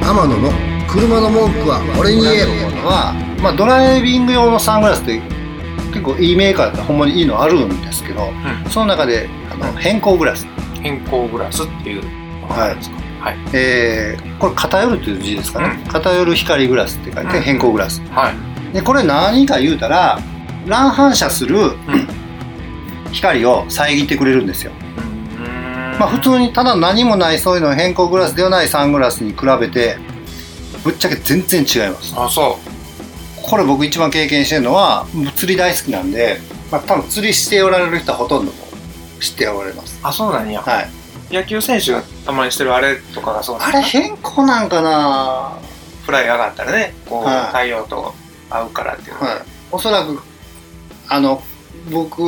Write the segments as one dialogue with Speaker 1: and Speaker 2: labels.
Speaker 1: 天野の車の文句は俺に言え
Speaker 2: は、まあ、ドライビング用のサングラスって結構いいメーカーだったらほんまにいいのあるんですけど、
Speaker 3: う
Speaker 2: その中であの偏光グラス、
Speaker 3: 変更グラスっていうのがあるんですかはい
Speaker 2: えーこれ偏るという字ですかね、偏る光グラスって書いて
Speaker 3: うん
Speaker 2: 偏光グラス、
Speaker 3: はい
Speaker 2: でこれ何か言うたら乱反射する光を遮ってくれるんですよ、まあ、普通にただ何もないそういうの偏光グラスではないサングラスに比べてぶっちゃけ全然違います
Speaker 3: あそ
Speaker 2: これ僕一番経験してるのはもう釣り大好きなんで、まあ、多分釣りしておられる人はほとんどもう知っておられます
Speaker 3: うあそうなんや、
Speaker 2: はい
Speaker 3: 野球選手がたまにしてるあれとかがそうなん
Speaker 2: あ
Speaker 3: だ
Speaker 2: れ変更なんかなは
Speaker 3: フライ上がったらねこう、
Speaker 2: はい
Speaker 3: 太陽と合うからっていうのが、
Speaker 2: いおそらくあの僕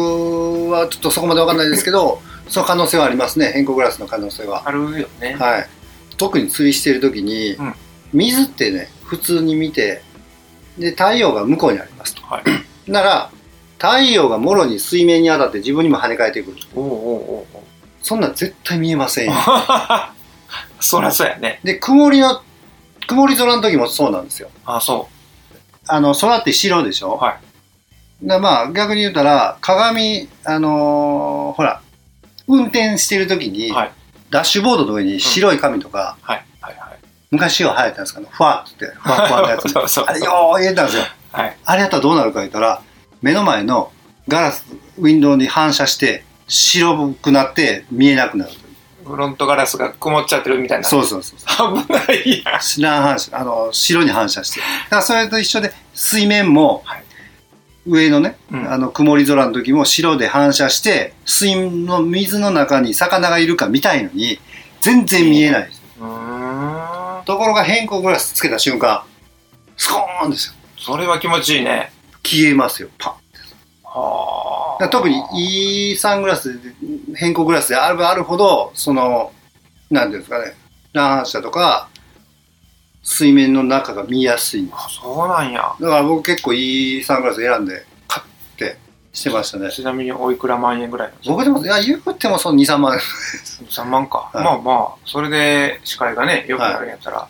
Speaker 2: はちょっとそこまでわかんないですけ どその可能性はありますね変更グラスの可能性は
Speaker 3: あるよね、
Speaker 2: はい特に釣りしてる時に、
Speaker 3: うん
Speaker 2: 水ってね普通に見てで太陽が向こうにありますと
Speaker 3: はい、
Speaker 2: なら太陽がもろに水面に当たって自分にも跳ね返ってくる
Speaker 3: おうおう おうおう
Speaker 2: そんなん絶対見えませんよ
Speaker 3: そりゃそうやね
Speaker 2: で、曇りの、曇り空の時もそうなんですよ。
Speaker 3: あそ
Speaker 2: あの、空って白でし
Speaker 3: う
Speaker 2: ょ
Speaker 3: はい
Speaker 2: だまあ、逆に言うたら、鏡、あのーほら、運転してる時に、
Speaker 3: はい
Speaker 2: ダッシュボードの上に白い紙とか、
Speaker 3: はいはいはい
Speaker 2: 昔は流行ったんですかね、ふわっつって、ふわふわのや つ。
Speaker 3: そうそう
Speaker 2: あれよう言えたんですよ。
Speaker 3: はい
Speaker 2: あれやったらどうなるか言ったら、目の前のガラス、ウィンドウに反射して、白くなって見えなくなるという。
Speaker 3: フロントガラスが曇っちゃってるみたいな
Speaker 2: そうそうそうそう。
Speaker 3: 危ないやん
Speaker 2: 乱反射あの白に反射してだからそれと一緒で水面も
Speaker 3: はい
Speaker 2: 上のね、
Speaker 3: うん
Speaker 2: あの曇り空の時も白で反射して水の水の中に魚がいるか見たいのに全然見えない、
Speaker 3: うーん
Speaker 2: ところが変更グラスつけた瞬間スコーンですよ
Speaker 3: それは気持ちいいね
Speaker 2: 消えますよパン
Speaker 3: は
Speaker 2: だから特にいいサングラスで変更グラスであればあるほどそのなんていうんですかね乱反射とか水面の中が見やすいんです
Speaker 3: あそうなんや
Speaker 2: だから僕結構いいサングラス選んで買ってしてましたね。
Speaker 3: ちなみにおいくら万円ぐらいなんですか
Speaker 2: 僕でも、いや、言うてもその2、3万。
Speaker 3: 3万か、
Speaker 2: はい
Speaker 3: まあまあそれで視界がねよくなるんやったら、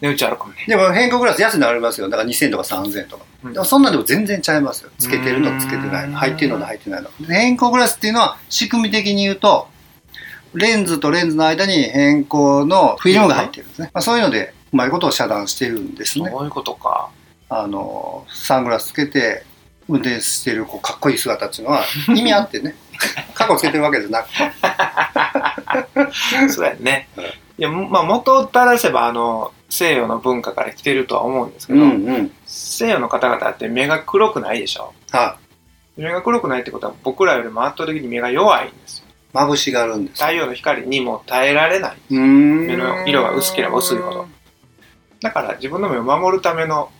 Speaker 3: 値打ちあるかもね
Speaker 2: でも変更グラス安になりますよ。だから2000とか3000とか。
Speaker 3: うん
Speaker 2: でもそんなんでも全然ちゃいますよ。つけてるのつけてないうの。
Speaker 3: ん
Speaker 2: 入ってるの入ってないの。で変更グラスっていうのは仕組み的に言うと、レンズとレンズの間に変更のフィルムが入ってるんですね。まあ、そういうので、うまいことを遮断してるんですね。
Speaker 3: そういうことか
Speaker 2: あの、サングラスつけて運転してるこうかっこいい姿っていうのは意味あって ね。過去つけてるわけじゃなくて。
Speaker 3: そうやね
Speaker 2: はい
Speaker 3: いやまあ元を正せばあの西洋の文化から来てるとは思うんですけ
Speaker 2: う
Speaker 3: ど、
Speaker 2: んうん。
Speaker 3: 西洋の方々って目が黒くないでしょ
Speaker 2: はい。
Speaker 3: 目が黒くないってことは僕らよりも圧倒的に目が弱いんですよ
Speaker 2: 眩しがるんです。
Speaker 3: 太陽の光にもう耐えられない
Speaker 2: 目
Speaker 3: 目の色が薄ければ薄いほど。だから自分の目を守るための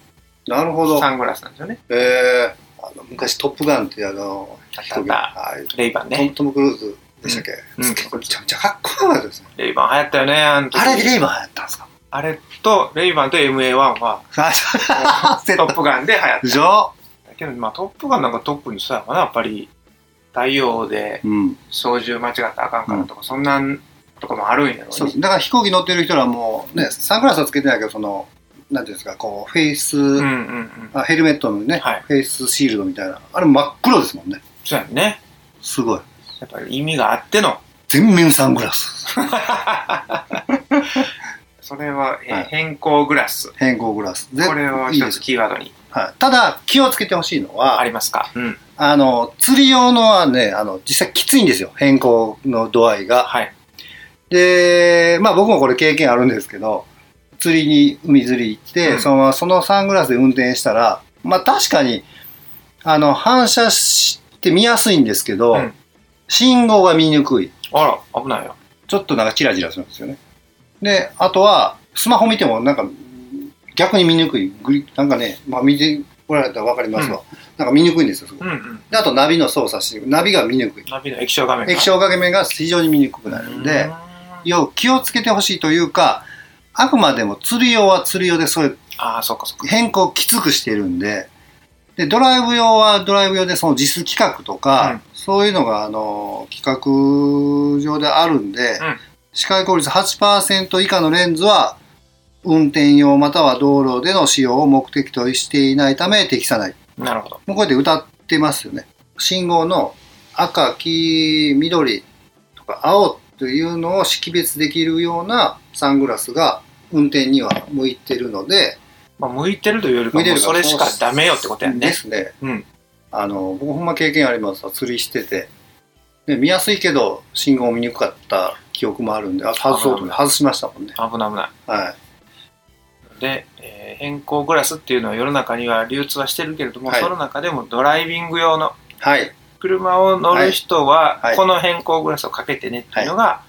Speaker 2: なるほど。
Speaker 3: サングラスなんですよね
Speaker 2: えー、あの昔トップガンってあの、
Speaker 3: あったあ
Speaker 2: 人
Speaker 3: っ
Speaker 2: が
Speaker 3: た
Speaker 2: はい
Speaker 3: レイバン
Speaker 2: トム
Speaker 3: ね
Speaker 2: トム・クルーズでしたっけ、
Speaker 3: うんうん
Speaker 2: 結構めちゃめちゃかっこよかったですね。
Speaker 3: レイバン流行ったよねあの時
Speaker 2: あれでレイバーやったんですか
Speaker 3: あれとレイバンと MA1 は
Speaker 2: あ、セッ
Speaker 3: ト
Speaker 2: ト
Speaker 3: ッ。プガンで流行っ
Speaker 2: でしょ
Speaker 3: たけど、まあ、トップガンなんか特にそうやかなやっぱり太陽で
Speaker 2: うん。
Speaker 3: 操縦間違ったらあかんからとか、そんなんとかもあるんやろ
Speaker 2: そうです。だから飛行機乗ってる人らもうね、サングラスはつけてないけど、その、なんていうんですか、こう、フェイス、
Speaker 3: うんうんうん
Speaker 2: あヘルメットのね、
Speaker 3: はい
Speaker 2: フェイスシールドみたいな。あれ真っ黒ですもんね。
Speaker 3: そうやね
Speaker 2: すごい。
Speaker 3: やっぱり意味があっての
Speaker 2: 全面サングラス。
Speaker 3: それは、えー
Speaker 2: はい
Speaker 3: 変更グラス
Speaker 2: 変更グラス。で
Speaker 3: これを
Speaker 2: いい
Speaker 3: 一
Speaker 2: で
Speaker 3: つ
Speaker 2: す。
Speaker 3: キーワードに
Speaker 2: はい、ただ、気をつけてほしいのは、
Speaker 3: ありますか、うん、
Speaker 2: あの、釣り用のはね、あの、実際きついんですよ。変更の度合いが。
Speaker 3: はい
Speaker 2: で、まあ僕もこれ経験あるんですけど、釣りに、海釣り行って、
Speaker 3: うん
Speaker 2: そのままそのサングラスで運転したら、まあ確かに、あの、反射して見やすいんですけど、
Speaker 3: うん
Speaker 2: 信号が見にくい。
Speaker 3: あら危ないよ
Speaker 2: ちょっとなんかチラチラするんですよね。で、あとは、スマホ見てもなんか、逆に見にくい。グリなんかね、まあ見ておられたらわかりますわ。なんか見にくいんですよ、すごい
Speaker 3: うんうん
Speaker 2: であとナビの操作して、ナビが見にくい。
Speaker 3: ナビの液晶画面が
Speaker 2: 液晶画面が非常に見にくくなるんで、要は気をつけてほしいというか、あくまでも釣り用は釣り用でそういう
Speaker 3: ああそうかそうか
Speaker 2: 変更をきつくしてるんで、で、ドライブ用はドライブ用でその実施企画とか、
Speaker 3: うん
Speaker 2: そういうのが、あの、企画上であるんで、
Speaker 3: うん
Speaker 2: 視界効率8%以下のレンズは運転用または道路での使用を目的としていないため適さない。
Speaker 3: なるほど。
Speaker 2: もうこうやって歌ってますよね。信号の赤、黄、緑とか青というのを識別できるようなサングラスが運転には向いてるので、
Speaker 3: まあ、向いてるというよりか
Speaker 2: 向いて
Speaker 3: も、
Speaker 2: る
Speaker 3: それしかダメよってことや
Speaker 2: で
Speaker 3: ね。
Speaker 2: すね。
Speaker 3: うん。
Speaker 2: あの、僕ほんま経験ありますわ釣りしてて。で見やすいけど信号見にくかった記憶もあるんで、あ外そうと思って外しましたもんね。
Speaker 3: 危ない危な
Speaker 2: はい。
Speaker 3: い。で、えー変更グラスっていうのは世の中には流通はしてるけれども、
Speaker 2: はい
Speaker 3: その中でもドライビング用の
Speaker 2: はい。
Speaker 3: 車を乗る人
Speaker 2: は
Speaker 3: は
Speaker 2: いはい
Speaker 3: この変更グラスをかけてねっていうのが、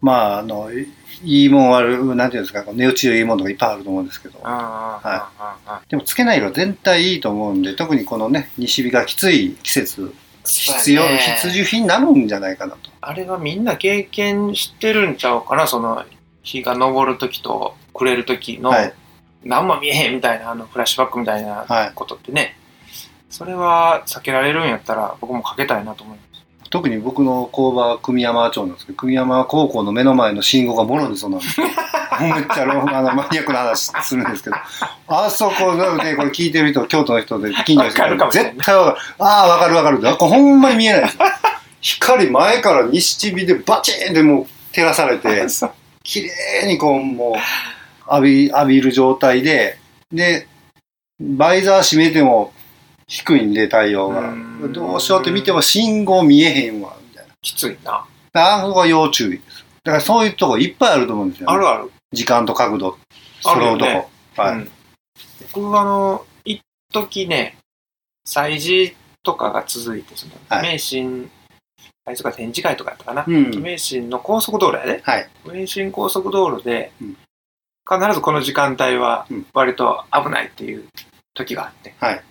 Speaker 2: まあ、あの、いいいもん悪い、なんていうんですか、こう値打ちのいいものがいっぱいあると思うんですけど。
Speaker 3: うんうんうんうんうん
Speaker 2: でもつけない色全体いいと思うんで、特にこのね、西日がきつい季節、必要、
Speaker 3: そうやね
Speaker 2: 必需品になるんじゃないかなと。
Speaker 3: あれはみんな経験してるんちゃうかなその日が昇る時と暮れる時の
Speaker 2: はい。
Speaker 3: 何も見えへんみたいなあのフラッシュバックみたいな
Speaker 2: はい。
Speaker 3: ことってねそれは避けられるんやったら僕もかけたいなと思います
Speaker 2: 特に僕の工場は久美山町なんですけど、久美山高校の目の前の信号がもろにそうなん ですよ。めっちゃロあのマニアックな話するんですけど、あそこのね、これ聞いてる人、京都の人で、近所の人
Speaker 3: わかるかもしれない
Speaker 2: 絶対わかる。ああ、わかるわかるって。あ、これほんまに見えないですよ。光前から西日でバチーンってもう照らされて、
Speaker 3: そう
Speaker 2: 綺麗にこう、もう、浴び、浴びる状態で、で、バイザー閉めても低いんで、太陽
Speaker 3: う
Speaker 2: が
Speaker 3: ん。
Speaker 2: どうしようって見ても信号見えへんわ、みたい
Speaker 3: きついな
Speaker 2: な。あそこが要注意です。だからそういうとこいっぱいあると思うんですよ、ね。
Speaker 3: あるある、
Speaker 2: 時間と角度、
Speaker 3: ある
Speaker 2: 揃
Speaker 3: よ
Speaker 2: うと
Speaker 3: ね
Speaker 2: こ。はい。
Speaker 3: うん、僕はあの一時ね催事とかが続いてその、
Speaker 2: はい
Speaker 3: 名神あいつが展示会とかやったかな、
Speaker 2: うん
Speaker 3: 名神の高速道路やで、
Speaker 2: はい
Speaker 3: 名神高速道路で、
Speaker 2: うん
Speaker 3: 必ずこの時間帯は
Speaker 2: うん
Speaker 3: 割と危ないっていう時があって、
Speaker 2: はい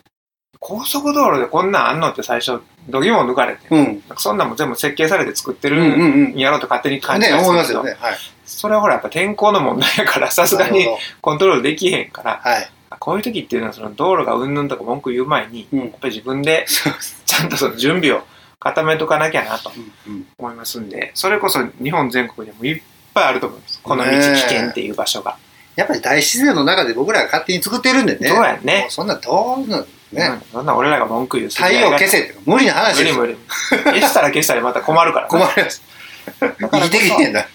Speaker 3: 高速道路でこんなんあんのって最初度肝を抜かれて、
Speaker 2: うん。
Speaker 3: なんかそんなんも全部設計されて作って
Speaker 2: うんうん
Speaker 3: る
Speaker 2: うん
Speaker 3: ん。やろうと勝手に感じ
Speaker 2: ね、
Speaker 3: が
Speaker 2: 思います
Speaker 3: してる
Speaker 2: よ
Speaker 3: けど
Speaker 2: ね。はい。
Speaker 3: それはほらやっぱ天候の問題やからさすが
Speaker 2: なる
Speaker 3: に
Speaker 2: ほ
Speaker 3: コントロールできへんから
Speaker 2: どはい。
Speaker 3: こういう時っていうのはその道路がうんぬんとか文句言う前に、
Speaker 2: うん
Speaker 3: やっぱり自分でちゃんとその準備を固めとかなきゃなと
Speaker 2: うんうん
Speaker 3: 思いますんで、それこそ日本全国でもいっぱいあると思います。この道危険っていう場所が。
Speaker 2: やっぱり大自然の中で僕らが勝手に作ってるんでね。
Speaker 3: そうやね
Speaker 2: もうそんな、どうなんね。
Speaker 3: うんそんな俺らが文句言う
Speaker 2: 太陽消
Speaker 3: せ
Speaker 2: せって無理な話
Speaker 3: 無
Speaker 2: で
Speaker 3: 理
Speaker 2: す。
Speaker 3: 無理。消したら消したらまた困るから、
Speaker 2: 困ります。
Speaker 3: だ
Speaker 2: 生
Speaker 3: から
Speaker 2: き
Speaker 3: こ
Speaker 2: てきてんだ。
Speaker 3: そ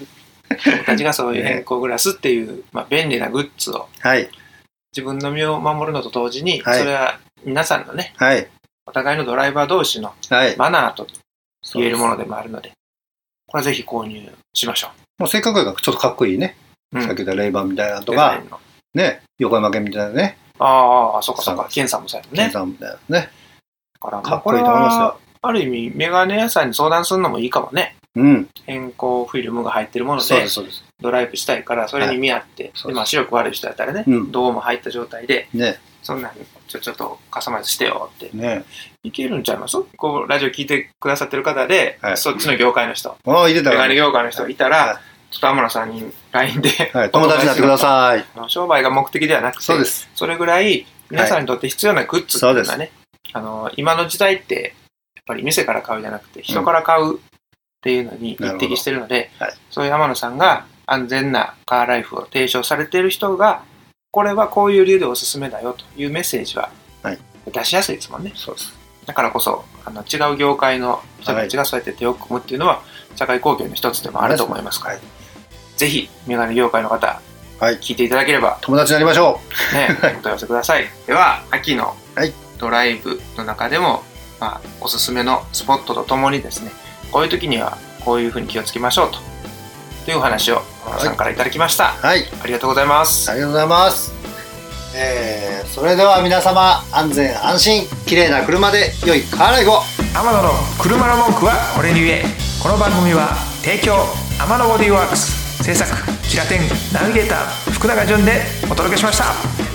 Speaker 3: 僕たちがそういう変更グラスっていう、まあ、便利なグッズを
Speaker 2: はい。
Speaker 3: 自分の身を守るのと同時に、
Speaker 2: はい
Speaker 3: それは皆さんのね、
Speaker 2: はい。
Speaker 3: お互いのドライバー同士の
Speaker 2: はい。
Speaker 3: マナーと言えるも
Speaker 2: の。
Speaker 3: のでもあるので、これはぜひ購入しましょ
Speaker 2: もうせっかくやからちょっとかっこいいね。
Speaker 3: う。うん
Speaker 2: さっき言ったレイバンみたいなのとか、ね、横山家みたいなね、
Speaker 3: ああ、そうかそうか、ケンさんもそうやもん
Speaker 2: ケン
Speaker 3: ね。
Speaker 2: さんみたいなね、
Speaker 3: だから
Speaker 2: かっこいいと思います
Speaker 3: これは
Speaker 2: よ。
Speaker 3: ある意味、メガネ屋さんに相談するのもいいかもね。
Speaker 2: うん。
Speaker 3: 変更フィルムが入ってるもの
Speaker 2: そう
Speaker 3: で
Speaker 2: で、す、そうです。
Speaker 3: ドライブしたいから、それに見合って、
Speaker 2: そう
Speaker 3: で
Speaker 2: です
Speaker 3: まあ、視力悪い人やったらね、
Speaker 2: うん
Speaker 3: どうも入った状態で、
Speaker 2: ね、
Speaker 3: そんなんちょ、ちょっとカスタマイズしてよって、
Speaker 2: ね。
Speaker 3: いけるんちゃいますこう、ラジオ聞いてくださってる方で、
Speaker 2: はい
Speaker 3: そっちの業界の人、
Speaker 2: ああ、入れた
Speaker 3: メ
Speaker 2: ら
Speaker 3: ガネ
Speaker 2: ね。
Speaker 3: 業界の人がいたら、
Speaker 2: はい
Speaker 3: ちょっと天野さんに LINE で、
Speaker 2: はい、友達になってください。
Speaker 3: い。商売が目的ではなくて、
Speaker 2: そうです。
Speaker 3: それぐらい皆さんにとって必要なグッズっていうの
Speaker 2: そ
Speaker 3: はね、あの今の時代ってやっぱり店から買うじゃなくて人から買うっていうのに
Speaker 2: なるほ
Speaker 3: 一
Speaker 2: ど
Speaker 3: 滴してるので、
Speaker 2: はい
Speaker 3: そういう天野さんが安全なカーライフを提唱されている人がこれはこういう理由でおすすめだよというメッセージは
Speaker 2: はい
Speaker 3: 出しやすいですもんね、
Speaker 2: そうです。
Speaker 3: だからこそあの違う業界の人たちがそうやって手を組むっていうのは社会貢献の一つでもあると思いますから、
Speaker 2: はい
Speaker 3: ぜひメガネ業界の方、
Speaker 2: はい
Speaker 3: 聞いていただければ
Speaker 2: 友達になりましょ
Speaker 3: ね、お問い合わせください。では、秋の
Speaker 2: はい
Speaker 3: ドライブの中でも、まあ、おすすめのスポットとともにですね、こういう時にはこういうふうに気をつけましょうと、というお話を野村さんからいただきました。
Speaker 2: う。はい。
Speaker 3: ありがとうございます。
Speaker 2: ありがとうございます。えー、それでは皆様、安全安心、綺麗な車で良いカーライフを
Speaker 3: 天野の車の文句は俺に言え。この番組は、提供、天野ボディーワークス、制作、キラテン、ナビゲーター、福永潤でお届けしました。